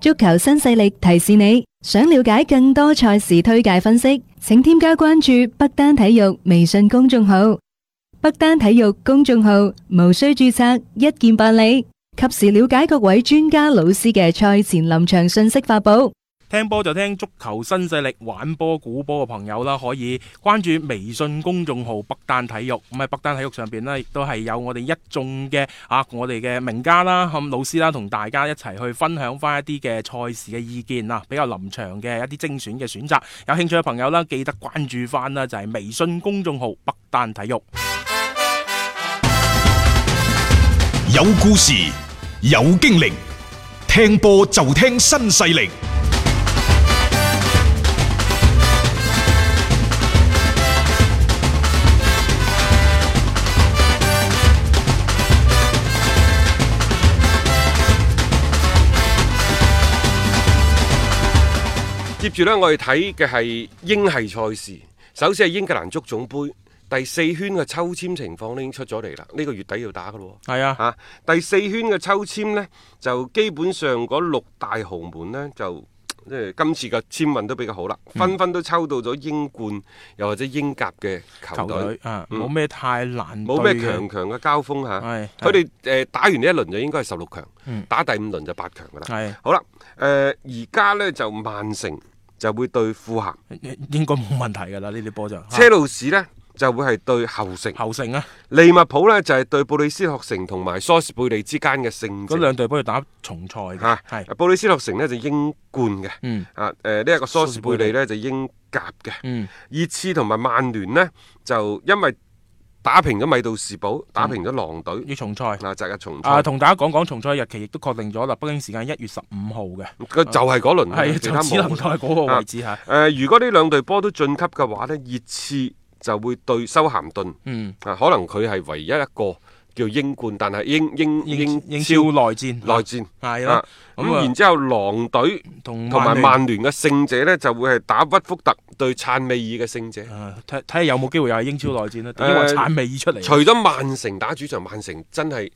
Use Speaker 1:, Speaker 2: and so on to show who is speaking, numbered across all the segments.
Speaker 1: 足球新勢力提示你，想了解更多賽事推介分析，請添加關注北單體育微信公眾號。北單體育公眾號無需註冊，一鍵辦理，及時了解各位專家老師嘅賽前臨場信息發布。
Speaker 2: 聽波就聽足球新勢力，玩波估波嘅朋友啦，可以關注微信公眾號北單體育。咁喺北單體育上邊呢，亦都係有我哋一眾嘅啊，我哋嘅名家啦、咁老師啦，同大家一齊去分享翻一啲嘅賽事嘅意見啊，比較臨場嘅一啲精選嘅選擇。有興趣嘅朋友啦，記得關注翻啦，就係微信公眾號北單體育。
Speaker 3: 有故事，有經歷，聽波就聽新勢力。
Speaker 4: 接住呢，我哋睇嘅係英系賽事。首先係英格蘭足總杯第四圈嘅抽籤情況呢已經出咗嚟啦。呢、個月底要打噶咯喎。
Speaker 2: 係啊
Speaker 4: 嚇、第四圈嘅抽籤呢，就基本上嗰六大豪門呢，就即係今次嘅籤運都比較好啦，
Speaker 2: 嗯
Speaker 4: 紛紛都抽到咗英冠又或者英甲嘅球
Speaker 2: 球隊
Speaker 4: 隊，
Speaker 2: 啊，
Speaker 4: 嗯
Speaker 2: 冇咩太難，
Speaker 4: 冇咩強。強嘅交鋒嚇。
Speaker 2: 係
Speaker 4: 佢哋誒打完呢一輪就應該係十六強，
Speaker 2: 嗯
Speaker 4: 打第五輪就八強噶啦。
Speaker 2: 係
Speaker 4: 好啦，誒而家呢，就曼城就會對富咸。
Speaker 2: 啊應該冇問題㗎啦，呢啲波就
Speaker 4: 車路士呢就會係對後城，
Speaker 2: 後勝啊！
Speaker 4: 利物浦呢就係、對布里斯托城同埋蘇斯貝利之間嘅勝
Speaker 2: 嗰
Speaker 4: 者。
Speaker 2: 兩隊幫佢打重賽嘅，
Speaker 4: 嚇
Speaker 2: 係、
Speaker 4: 布里斯托城呢就英冠嘅，
Speaker 2: 嗯
Speaker 4: 啊誒呢一個蘇斯貝利呢就英甲嘅，
Speaker 2: 嗯
Speaker 4: 熱刺同埋曼聯呢，就因為打平咗米杜士堡，打平咗狼隊，
Speaker 2: 要重賽。
Speaker 4: 嗱就係重賽，
Speaker 2: 啊，同大家講講重賽日期亦都確定咗啦，北京時間一月十五號嘅，
Speaker 4: 佢、就係嗰輪嘅，
Speaker 2: 係
Speaker 4: 其
Speaker 2: 就
Speaker 4: 他
Speaker 2: 只能
Speaker 4: 冇。啊
Speaker 2: 夠係嗰個位置嚇。
Speaker 4: 誒、如果呢兩隊波都晉級嘅話呢，熱刺就會對修咸頓。
Speaker 2: 嗯，
Speaker 4: 啊，可能佢係唯一一個叫英冠，但係英英
Speaker 2: 英英超
Speaker 4: 超
Speaker 2: 內戰，
Speaker 4: 內戰
Speaker 2: 係
Speaker 4: 啊
Speaker 2: 啦，。咁
Speaker 4: 咁
Speaker 2: 啊
Speaker 4: 然之後，狼隊
Speaker 2: 同
Speaker 4: 同埋
Speaker 2: 聯
Speaker 4: 曼聯嘅勝者呢，就會係打屈福特對撐美爾嘅勝者。
Speaker 2: 啊睇睇下有冇機會又係英超內戰啦，因為產美爾出嚟，
Speaker 4: 除咗曼城打主場，曼城真係。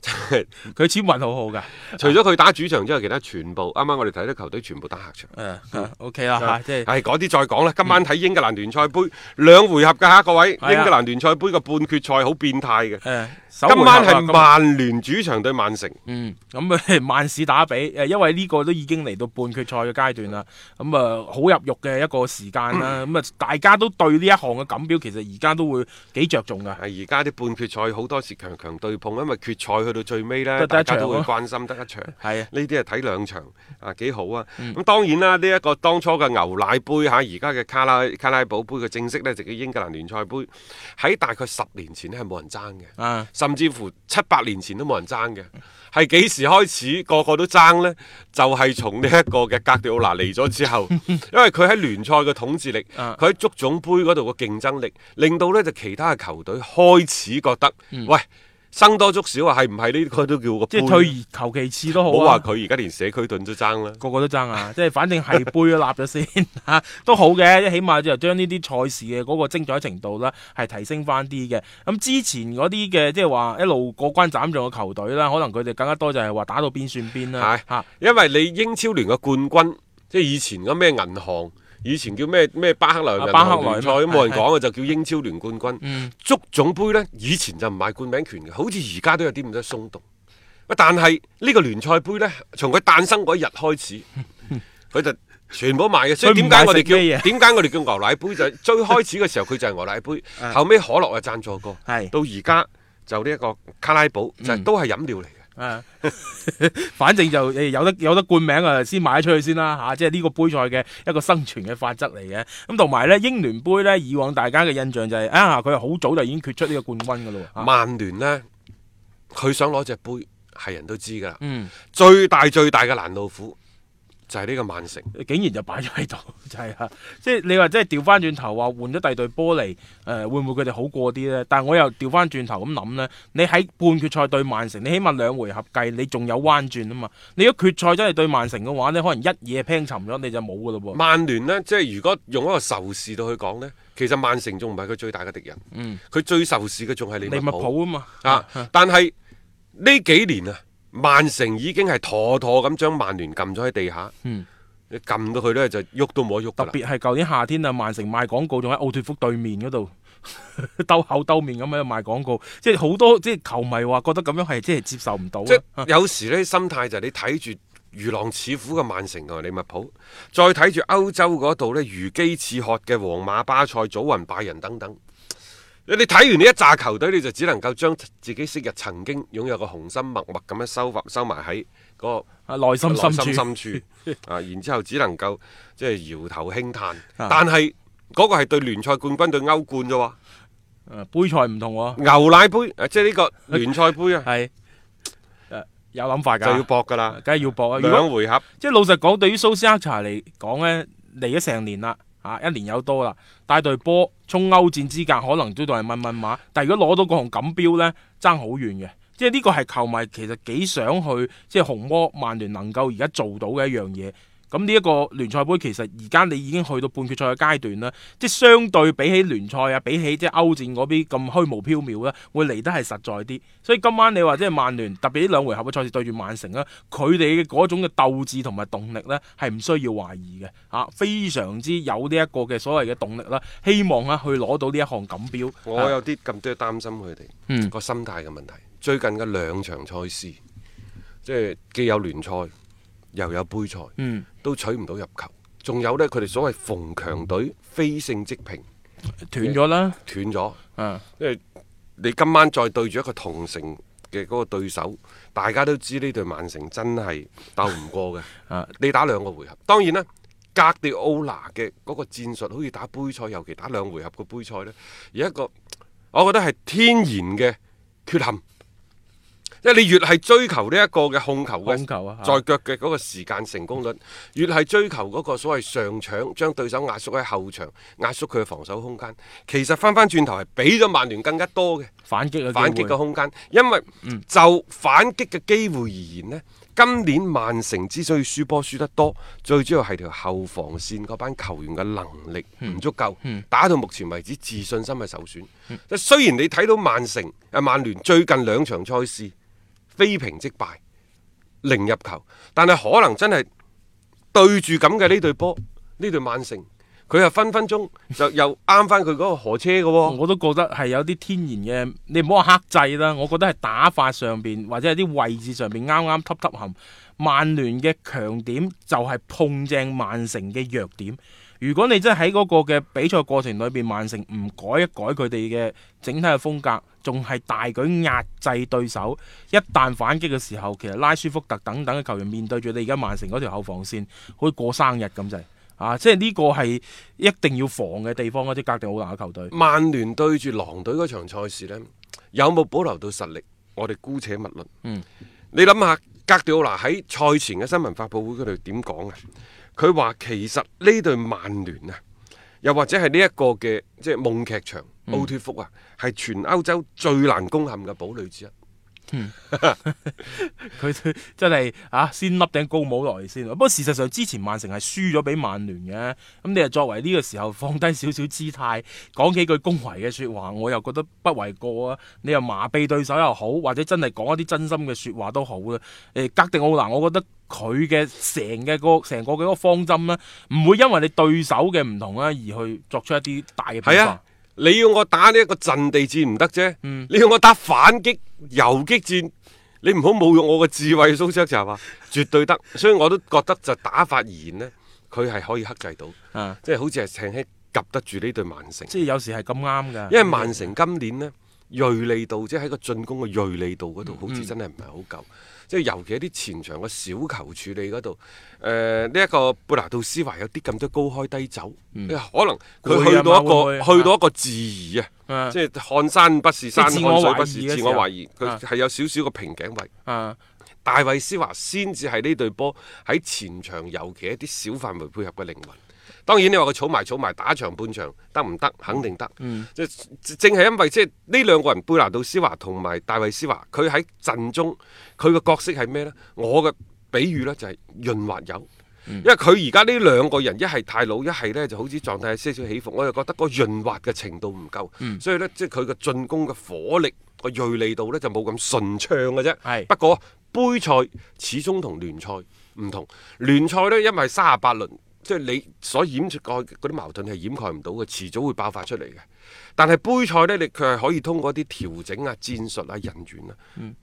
Speaker 4: 真係
Speaker 2: 佢簽運好好㗎。
Speaker 4: 除咗佢打主場之外，其他全部啱啱我哋睇到球隊全部打客場。
Speaker 2: 誒，OK 啊
Speaker 4: 啊
Speaker 2: 啦嚇，即係
Speaker 4: 係嗰啲再講啦。今晚睇英格蘭聯賽杯兩回合㗎嚇，各位。英
Speaker 2: 係啊
Speaker 4: 格蘭聯賽杯嘅半決賽好變態嘅。
Speaker 2: 誒，首
Speaker 4: 今
Speaker 2: 回
Speaker 4: 晚
Speaker 2: 合啊啦
Speaker 4: 係曼聯主場對曼城。
Speaker 2: 嗯，咁啊萬事打比，誒，因為呢個都已經嚟到半決賽嘅階段啦，咁啊好入肉嘅一個時間啦，
Speaker 4: 嗯
Speaker 2: 咁啊大家都對呢一項嘅錦標其實而家都會幾着重噶，
Speaker 4: 係而家啲半決賽好多時強強對碰，因為決賽去到最尾
Speaker 2: 得
Speaker 4: 呢，
Speaker 2: 得一
Speaker 4: 大
Speaker 2: 場
Speaker 4: 家都會
Speaker 2: 咯
Speaker 4: 關心得一 場。
Speaker 2: 係啊，
Speaker 4: 呢啲係睇兩場啊，幾好啊！咁、當然啦，呢、一個當初嘅牛奶杯嚇，而家嘅卡拉卡拉寶杯嘅正式呢，就叫英格蘭聯賽杯，喺大概十年前呢，係冇人爭嘅，
Speaker 2: 啊，
Speaker 4: 甚至乎七八年前都冇人爭嘅。係幾時開始個個都爭呢？就係、從呢一個嘅格迪奧拿嚟咗之 後，因為佢喺聯賽嘅統治力，
Speaker 2: 啊
Speaker 4: 佢喺足總杯嗰度嘅競爭力，令到呢就其他嘅球隊開始覺得，喂，生多足少啊，係唔係呢個都叫個
Speaker 2: 嗯即
Speaker 4: 杯
Speaker 2: 係退而求其次都
Speaker 4: 唔好
Speaker 2: 好
Speaker 4: 話
Speaker 2: 啊。
Speaker 4: 佢而家連社區盾都爭啦。
Speaker 2: 個個都爭啊！即 係反正係杯都立咗先 嚇，都好嘅。起碼就將呢啲賽事嘅嗰個精彩程度啦，係提升翻啲嘅。咁之前嗰啲嘅即係話一路過關斬將嘅球隊啦，可能佢哋更加多就係話打到邊算邊啦
Speaker 4: 係
Speaker 2: 嚇。
Speaker 4: 因為你英超聯嘅冠軍，即係以前嗰咩銀行，以前叫咩咩巴克萊銀
Speaker 2: 啊巴克
Speaker 4: 行
Speaker 2: 萊
Speaker 4: 聯賽都
Speaker 2: 嘛
Speaker 4: 冇人
Speaker 2: 係
Speaker 4: 講嘅，就叫英超聯冠軍。
Speaker 2: 嗯
Speaker 4: 足總杯呢，以前就唔係冠名權嘅，好似而家都有啲咁多鬆動。喂但係呢個聯賽杯呢，從佢誕生嗰一日開始， 佢就全部賣嘅。所以
Speaker 2: 佢唔
Speaker 4: 點解我哋
Speaker 2: 賣食咩
Speaker 4: 叫
Speaker 2: 嘢
Speaker 4: 點解我哋叫牛奶杯就係 最開始嘅時候佢就係牛奶杯，後尾可樂啊贊助過，
Speaker 2: 係
Speaker 4: 到而家就呢一個卡拉寶就係
Speaker 2: 嗯
Speaker 4: 都係飲料嚟嘅。
Speaker 2: 啊， 反正就誒有得有得冠名啊，先賣出去先啦嚇、即係呢個杯賽嘅一個生存嘅法則嚟嘅。咁同埋咧，英聯杯咧，以往大家嘅印象就係、啊，佢好早就已經決出呢個冠軍噶咯喎。啊
Speaker 4: 曼聯呢，佢想攞只杯係人都知噶啦，
Speaker 2: 嗯，
Speaker 4: 最大最大嘅攔路虎就係呢個曼城。
Speaker 2: 竟然就擺咗喺度， 就係、啊，即係你話即係調翻轉頭話換咗第二隊波嚟，誒、會唔會佢哋好過啲咧？但係我又調翻轉頭咁諗咧，你喺半決賽對曼城，你起碼兩回合計，你仲有彎轉啊嘛。你如果決賽真係對曼城嘅話咧，可能一夜拼沉咗你就冇噶咯喎。
Speaker 4: 曼聯呢，即係如果用一個仇視到去講呢，其實曼城仲唔係佢最大嘅敵人，
Speaker 2: 嗯，
Speaker 4: 佢最仇視嘅仲係利
Speaker 2: 利物
Speaker 4: 物浦
Speaker 2: 浦啊嘛。
Speaker 4: 啊。但係呢幾年啊，曼城已經係妥妥咁將曼聯撳咗喺地下，
Speaker 2: 嗯
Speaker 4: 你撳到佢呢，就喐都冇得喐
Speaker 2: 特
Speaker 4: 㗎啦
Speaker 2: 別係舊年夏天啊，曼城賣廣告仲喺奧脱福對面嗰度 兜口兜面咁樣賣廣告，即係好多即係球迷話覺得咁樣係即係接受唔到啊
Speaker 4: 即係
Speaker 2: 啦。
Speaker 4: 有時呢，心態就係你睇住如狼似虎嘅曼城同啊埋利物浦，再睇住歐洲嗰度呢，如饑似渴嘅皇馬、巴塞、祖雲、拜仁等等。你睇完呢一紮球隊，你就只能夠將自己昔日曾經擁有嘅雄心默默咁樣收埋收埋喺嗰個
Speaker 2: 啊，內心
Speaker 4: 內
Speaker 2: 深
Speaker 4: 心
Speaker 2: 處，
Speaker 4: 深處 啊，然之後只能夠即係搖頭輕嘆。
Speaker 2: 啊
Speaker 4: 但係嗰個係對聯賽冠軍對歐冠啫喎，
Speaker 2: 誒啊杯賽唔同喎，
Speaker 4: 牛奶杯啊，即係呢個聯賽杯啊，
Speaker 2: 係誒有諗法
Speaker 4: 就要
Speaker 2: 㗎，
Speaker 4: 搏㗎啦，
Speaker 2: 梗係要搏啊！如果
Speaker 4: 兩回合。
Speaker 2: 即係老實講，對於蘇斯克查嚟講呢，嚟咗成年啦，啊一年有多啦，帶隊波衝歐戰資格可能都仲係問問馬，但係如果攞到嗰項錦標呢，爭好遠嘅。即係呢個係球迷其實幾想去，即係紅魔曼聯能夠而家做到嘅一樣嘢。咁呢一個聯賽杯其實而家你已經去到半決賽嘅階段啦，即係相對比起聯賽啊，比起即係歐戰嗰邊咁虛無縹緲啦，會嚟得係實在啲。所以今晚你話即係曼聯，特別呢兩回合嘅賽事對住曼城啦，佢哋嘅嗰種嘅鬥志同埋動力呢，係唔需要懷疑嘅，啊，非常之有呢一個嘅所謂嘅動力啦，希望啊去攞到呢一項錦標。啊
Speaker 4: 我有啲咁多擔心佢哋、
Speaker 2: 嗯
Speaker 4: 個心態嘅問題。最近嘅兩場賽事，即係既有聯賽又有杯賽，
Speaker 2: 嗯，
Speaker 4: 都取唔到入球。仲有呢，佢哋所謂逢強隊非勝即平，
Speaker 2: 斷咗啦，
Speaker 4: 斷咗。
Speaker 2: 嗯，
Speaker 4: 因為你今晚再對住一個同城嘅嗰個對手，大家都知呢隊曼城真係鬥唔過嘅。
Speaker 2: 啊
Speaker 4: 你打兩個回合，當然啦，格迪奧拿嘅嗰個戰術，好似打杯賽，尤其打兩回合嘅杯賽呢，有一個我覺得係天然嘅缺陷，因為你越係追求呢一個嘅控球
Speaker 2: 控
Speaker 4: 嘅。
Speaker 2: 球啊，
Speaker 4: 在腳嘅嗰個時間成功率，越係追求嗰個所謂上搶，將對手壓縮喺後場，壓縮佢嘅防守空間。其實翻翻轉頭係俾咗曼聯更加多嘅
Speaker 2: 反擊嘅啊
Speaker 4: 反擊嘅空間，因為就反擊嘅機會而言呢，今年曼城之所以輸波輸得多，最主要係條後防線嗰班球員嘅能力唔足夠，打到目前為止自信心係受損。即係雖然你睇到曼城啊曼聯最近兩場賽事非平即敗，零入球，但係可能真係對住咁嘅呢隊波，呢隊曼城。佢又分分鐘就又啱翻佢嗰個河車嘅喎、
Speaker 2: 我都覺得係有啲天然嘅，你唔好話克制啦，我覺得係打法上邊或者係啲位置上邊啱啱揼揼冚。曼聯嘅強點就係碰正曼城嘅弱點。如果你真係喺嗰個嘅比賽過程裏邊，曼城唔改一改佢哋嘅整體嘅風格，仲係大舉壓制對手。一旦反擊嘅時候，其實拉舒福特等等嘅球員面對住你而家曼城嗰條後防線，好似過生日咁滯。啊！即係呢個係一定要防嘅地方嗰啲格迪奧拿嘅球隊。
Speaker 4: 曼聯對住狼隊嗰場賽事呢，有冇保留到實力？我哋姑且勿論。
Speaker 2: 嗯，
Speaker 4: 你諗下，格迪奧拿喺賽前嘅新聞發佈會嗰度點講啊？佢話其實呢隊曼聯啊，又或者係呢一個嘅即係夢劇場奧脱福啊，係全歐洲最難攻陷嘅堡壘之一。
Speaker 2: 佢都真係啊，先笠頂高帽落嚟先。不過事實上之前曼城係輸咗俾曼聯嘅，咁你又作為呢個時候放低少少姿態，講幾句恭維嘅説話，我又覺得不為過啊。你又麻痹對手又好，或者真係講一啲真心嘅説話都好啦。誒、格迪奧拿，我覺得。佢嘅成嘅個成個嘅嗰個方針呢，唔會因為你對手嘅唔同啊啦而去作出一啲大嘅
Speaker 4: 係
Speaker 2: 變化
Speaker 4: 啊。，你要我打呢一個陣地戰唔得啫，
Speaker 2: 嗯
Speaker 4: 你要我打反擊、游擊戰，你唔好侮辱我嘅智慧，蘇斯克就係話絕對得，所以我都覺得就打法而言呢，佢係可以克制到，
Speaker 2: 啊
Speaker 4: 即係好似係輕輕及得住呢隊曼城，
Speaker 2: 即係有時係咁啱㗎。
Speaker 4: 因為曼城今年呢，鋭利度，即係喺個進攻嘅鋭利度嗰度，
Speaker 2: 嗯
Speaker 4: 好似真係唔係好夠。即係尤其一啲前場嘅小球處理嗰度，誒呢一個貝拿度斯華有啲咁多高開低走，可能佢去到
Speaker 2: 嗯
Speaker 4: 一
Speaker 2: 會
Speaker 4: 個
Speaker 2: 啊會會
Speaker 4: 去到一個自疑啊。
Speaker 2: 啊
Speaker 4: 即係看山不是山，看
Speaker 2: 即係自我
Speaker 4: 水不
Speaker 2: 懷疑嘅
Speaker 4: 是自
Speaker 2: 時候
Speaker 4: 我懷疑，佢
Speaker 2: 啊
Speaker 4: 係有少少個瓶頸位。
Speaker 2: 啊
Speaker 4: 大衛斯華先至係呢隊波喺前場，尤其一啲小範圍配合嘅靈魂。當然你話佢儲埋儲埋打場半場得唔得？肯定得。即係正係因為即係呢兩個人貝拿度斯華同埋大衛斯華，佢喺陣中佢嘅角色係咩呢？我嘅比喻呢就係潤滑油。
Speaker 2: 嗯
Speaker 4: 因為佢而家呢兩個人一係太老，一係呢就好似狀態有些少起伏，我就覺得個潤滑嘅程度唔夠，
Speaker 2: 嗯
Speaker 4: 所以呢，即係佢嘅進攻嘅火力個鋭利度呢就冇咁順暢嘅啫。
Speaker 2: 係
Speaker 4: 不過杯賽始終同聯賽唔同，聯賽呢，因為三十八輪，即係你所掩蓋嗰啲矛盾係掩蓋唔到嘅，遲早會爆發出嚟嘅。但係杯賽呢，你佢係可以通過一啲調整啊、戰術啊、人員啊，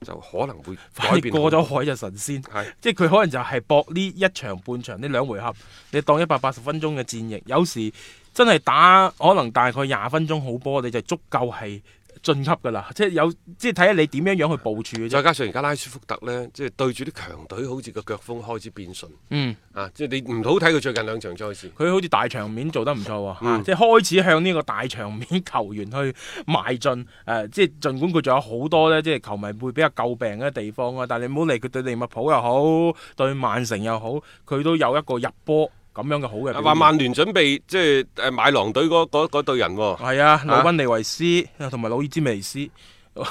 Speaker 4: 就可能會
Speaker 2: 嗯反
Speaker 4: 改
Speaker 2: 而
Speaker 4: 變
Speaker 2: 過
Speaker 4: 好
Speaker 2: 咗
Speaker 4: 多
Speaker 2: 海就神仙
Speaker 4: 係，
Speaker 2: 即係佢可能就係搏呢一場半場呢兩回合，你當一百八十分鐘嘅戰役，有時真係打可能大概廿分鐘好波，你就足夠係晉級㗎啦。即係有即係睇下你點樣樣去部署嘅啫。
Speaker 4: 再加上而家拉舒福特呢，即係對住啲強隊，好似個腳風開始變順
Speaker 2: 嗯，
Speaker 4: 啊！即係你唔好睇佢最近兩場賽事，
Speaker 2: 佢好似大場面做得唔錯喎，
Speaker 4: 嗯
Speaker 2: 啊即係開始向呢個大場面球員去邁進。誒、即係儘管佢仲有好多呢，即係球迷會比較詬病嘅地方啊，但係你唔好理佢對利物浦又好，對曼城又好，佢都有一個入波咁樣嘅好嘅表
Speaker 4: 話
Speaker 2: 現。
Speaker 4: 曼聯準備即係誒買狼隊嗰嗰嗰隊人喎、
Speaker 2: 係啊，魯賓尼維斯同埋魯爾詹尼斯。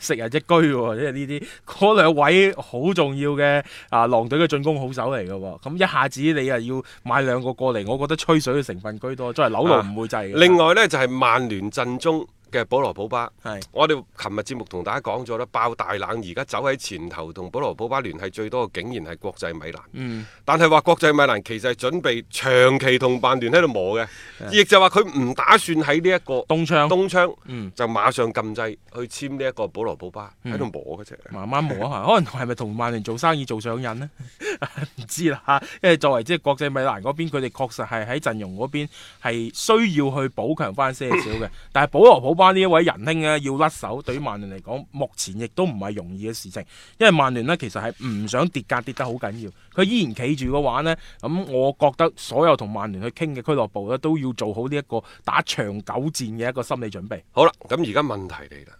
Speaker 2: 食人一居喎，即係呢啲嗰兩位好重要嘅啊狼隊嘅進攻好手嚟嘅喎，咁一下子你又要買兩個過嚟，我覺得吹水嘅成分居多，作為紐奴唔會制嘅。
Speaker 4: 啊另外呢，就係、曼聯陣中嘅保羅普巴，
Speaker 2: 係
Speaker 4: 我哋琴日節目同大家講咗啦，爆大冷而家走喺前頭同保羅普巴聯繫最多嘅，竟然係國際米蘭。
Speaker 2: 嗯
Speaker 4: 但係話國際米蘭其實係準備長期同曼聯喺度磨嘅，亦就話佢唔打算喺呢一個
Speaker 2: 東窗
Speaker 4: 東窗
Speaker 2: 嗯
Speaker 4: 就馬上禁制去簽呢一個保羅普巴喺度磨嘅啫。
Speaker 2: 慢慢磨啊，可能係咪同曼聯做生意做上癮呢？ 唔知啦嚇，因為作為即係國際米蘭嗰邊，佢哋確實係喺陣容嗰邊係需要去補強翻些少嘅。但係保羅普巴呢一位仁兄咧，要甩手，對於曼聯嚟講，目前亦都唔係容易嘅事情，因為曼聯呢其實係唔想跌價跌得好緊要，佢依然企住嘅話呢，咁我覺得所有同曼聯去傾嘅俱樂部咧，都要做好呢一個打長久戰嘅一個心理準備。
Speaker 4: 好啦，咁而家問題嚟啦，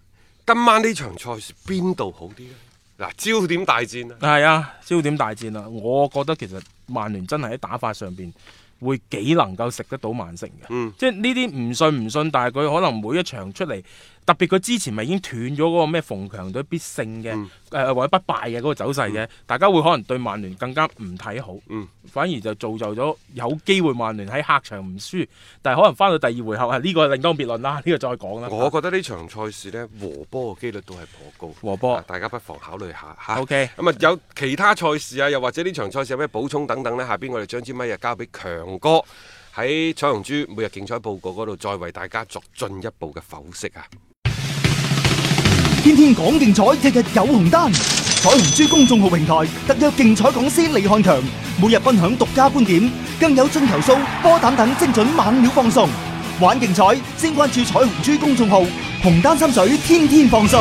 Speaker 4: 今晚呢場賽事邊度好啲呢？嗱，焦點大戰啊！
Speaker 2: 係啊，焦點大戰啦！我覺得其實曼聯真係喺打法上邊會幾能夠食得到曼城嘅，
Speaker 4: 嗯
Speaker 2: 即係呢啲唔信唔信，但係佢可能每一場出嚟，特別佢之前咪已經斷咗嗰個咩逢強隊必勝嘅，誒、
Speaker 4: 嗯
Speaker 2: 或者不敗嘅嗰個走勢嘅，大家會可能對曼聯更加唔睇好，
Speaker 4: 嗯
Speaker 2: 反而就造就咗有機會曼聯喺客場唔輸，但係可能翻到第二回合啊，呢、個另當別論啦，呢、個再講啦。
Speaker 4: 我覺得呢場賽事呢，和波嘅機率都係頗高。
Speaker 2: 和波
Speaker 4: 啊大家不妨考慮下嚇。
Speaker 2: OK
Speaker 4: 咁啊，有其他賽事啊，又或者呢場賽事有咩補充等等呢？下邊我哋將支咪啊交俾強哥喺彩虹珠每日競彩報告嗰度，再為大家作進一步嘅剖析啊！
Speaker 5: 天天講競彩，日日有紅單。彩虹珠公眾號平台特約競彩講師李漢強，每日分享獨家觀點，更有進球數、波膽等精準猛料放送。玩競彩，先關注彩虹珠公眾號，紅單心水，天天放送。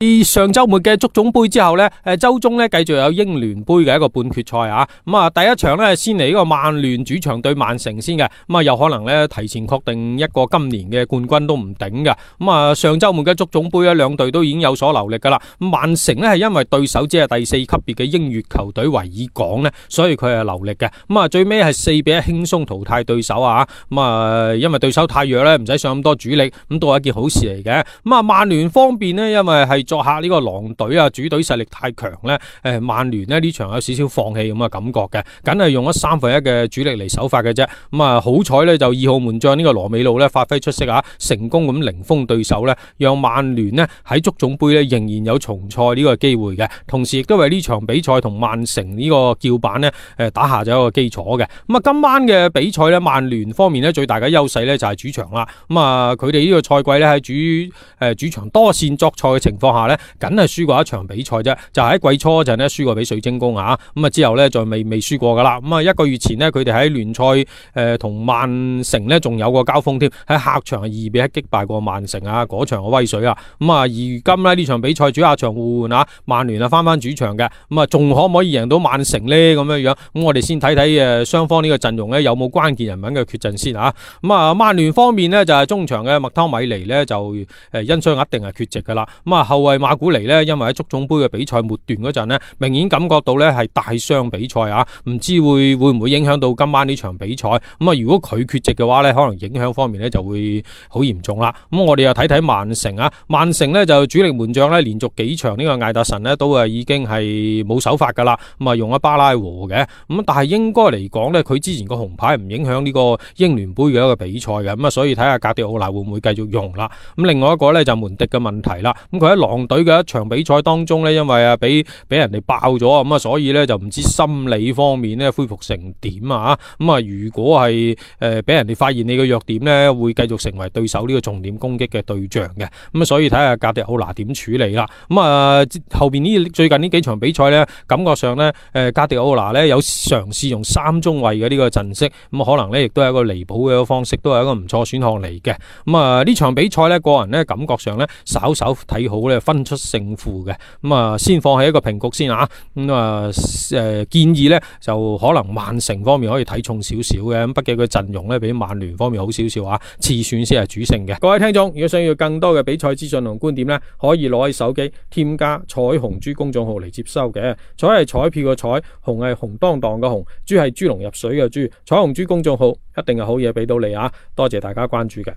Speaker 6: 而上周末嘅足總杯之後呢，誒周中呢繼續有英聯杯嘅一個半決賽啊，咁啊第一場呢，先嚟呢個曼聯主場對曼城先嘅，咁啊有可能呢提前確定一個今年嘅冠軍都唔頂嘅，咁啊上周末嘅足總杯呢，兩隊都已經有所留力噶啦，咁曼城呢，係因為對手只係第四級別嘅英乙球隊維爾港呢，所以佢係留力嘅，咁啊最尾係四比一輕鬆淘汰對手啊，咁啊因為對手太弱呢，唔使上咁多主力，咁都係一件好事嚟嘅，咁啊曼聯方面呢，因為係作客呢個狼隊啊，主隊實力太強呢。誒曼聯呢，呢場有少少放棄咁嘅感覺嘅，梗係用咗三分一嘅主力嚟首發嘅啫。咁啊好彩呢，就二號門將呢個羅美路呢發揮出色啊，成功咁零封對手呢，讓曼聯呢喺足總杯呢仍然有重賽呢個機會嘅，同時亦都為呢場比賽同曼城呢個叫板呢誒呃打下咗一個基礎嘅。咁啊今晚嘅比賽呢，曼聯方面呢最大嘅優勢呢就係主場啦。咁啊佢哋呢個賽季呢喺主誒、主場多線作賽嘅情況下呢，梗係輸過一場比賽啫，就喺、季初嗰陣呢，輸過俾水晶宮啊，咁啊之後呢，就未未輸過噶啦，咁啊一個月前呢，佢哋喺聯賽誒呃同曼城呢，仲有個交鋒添，喺客場係二比一擊敗過曼城啊，嗰場嘅威水啊，咁啊而今呢，呢場比賽主客場互換啊，曼聯啊翻翻主場嘅，咁啊仲可唔可以贏到曼城呢？咁樣樣，咁我哋先睇睇誒雙方呢個陣容呢，有冇關鍵人物嘅缺陣先啊，咁啊曼聯方面呢，就係、中場嘅麥湯米尼呢，就。呃誒因傷一定係缺席㗎啦。咁啊，後衞馬古尼呢，因為喺足總杯嘅比賽末段嗰陣呢，明顯感覺到呢係大傷比賽啊，唔知會會唔會影響到今晚呢場比賽？咁啊，如果佢缺席嘅話呢，可能影響方面呢就會呃好嚴重啦。咁我哋又睇睇曼城啊，曼城呢就主力門將呢，連續幾場呢個艾達臣呢都係已經係冇手法㗎啦。咁啊，用咗巴拉和嘅。咁但係應該嚟講呢，佢之前個紅牌唔影響呢個英聯杯嘅一個比賽嘅。咁啊，所以睇下格迪奧拿會唔會繼續用啦。咁另外一個呢，就係門迪嘅問題啦，咁佢喺狼狼隊嘅一場比賽當中呢，因為啊俾俾人哋爆咗啊，咁啊所以呢，就唔知心理方面呢，恢復成點啊，咁啊如果係誒俾人哋發現你嘅弱點呢，會繼續成為對手呢個重點攻擊嘅對象嘅，咁啊所以睇下格迪奧拿點處理啦，咁啊後邊呢最近呢幾場比賽呢，感覺上呢，誒格迪奧拿呢，有嘗試用三中衞嘅呢個陣式，咁可能呢，亦都係一個離譜嘅一個方式，都係一個唔錯選項嚟嘅。咁啊呢場比賽呢，個人呢感覺上呢，稍稍睇好呢分出勝負嘅。咁啊先放喺一個平局先啊。咁啊誒建議呢，就可能曼城方面可以睇重少少嘅。咁畢竟佢陣容呢，比曼聯方面好少少啊，次選先係主勝嘅。各位聽眾，如果想要更多嘅比賽資訊同觀點呢，可以攞起手機添加彩虹豬公眾號嚟接收嘅。彩係彩票嘅彩，紅係紅當當嘅紅，豬係豬籠入水嘅豬。彩虹豬公眾號一定係好嘢俾到你啊！多謝大家關注嘅。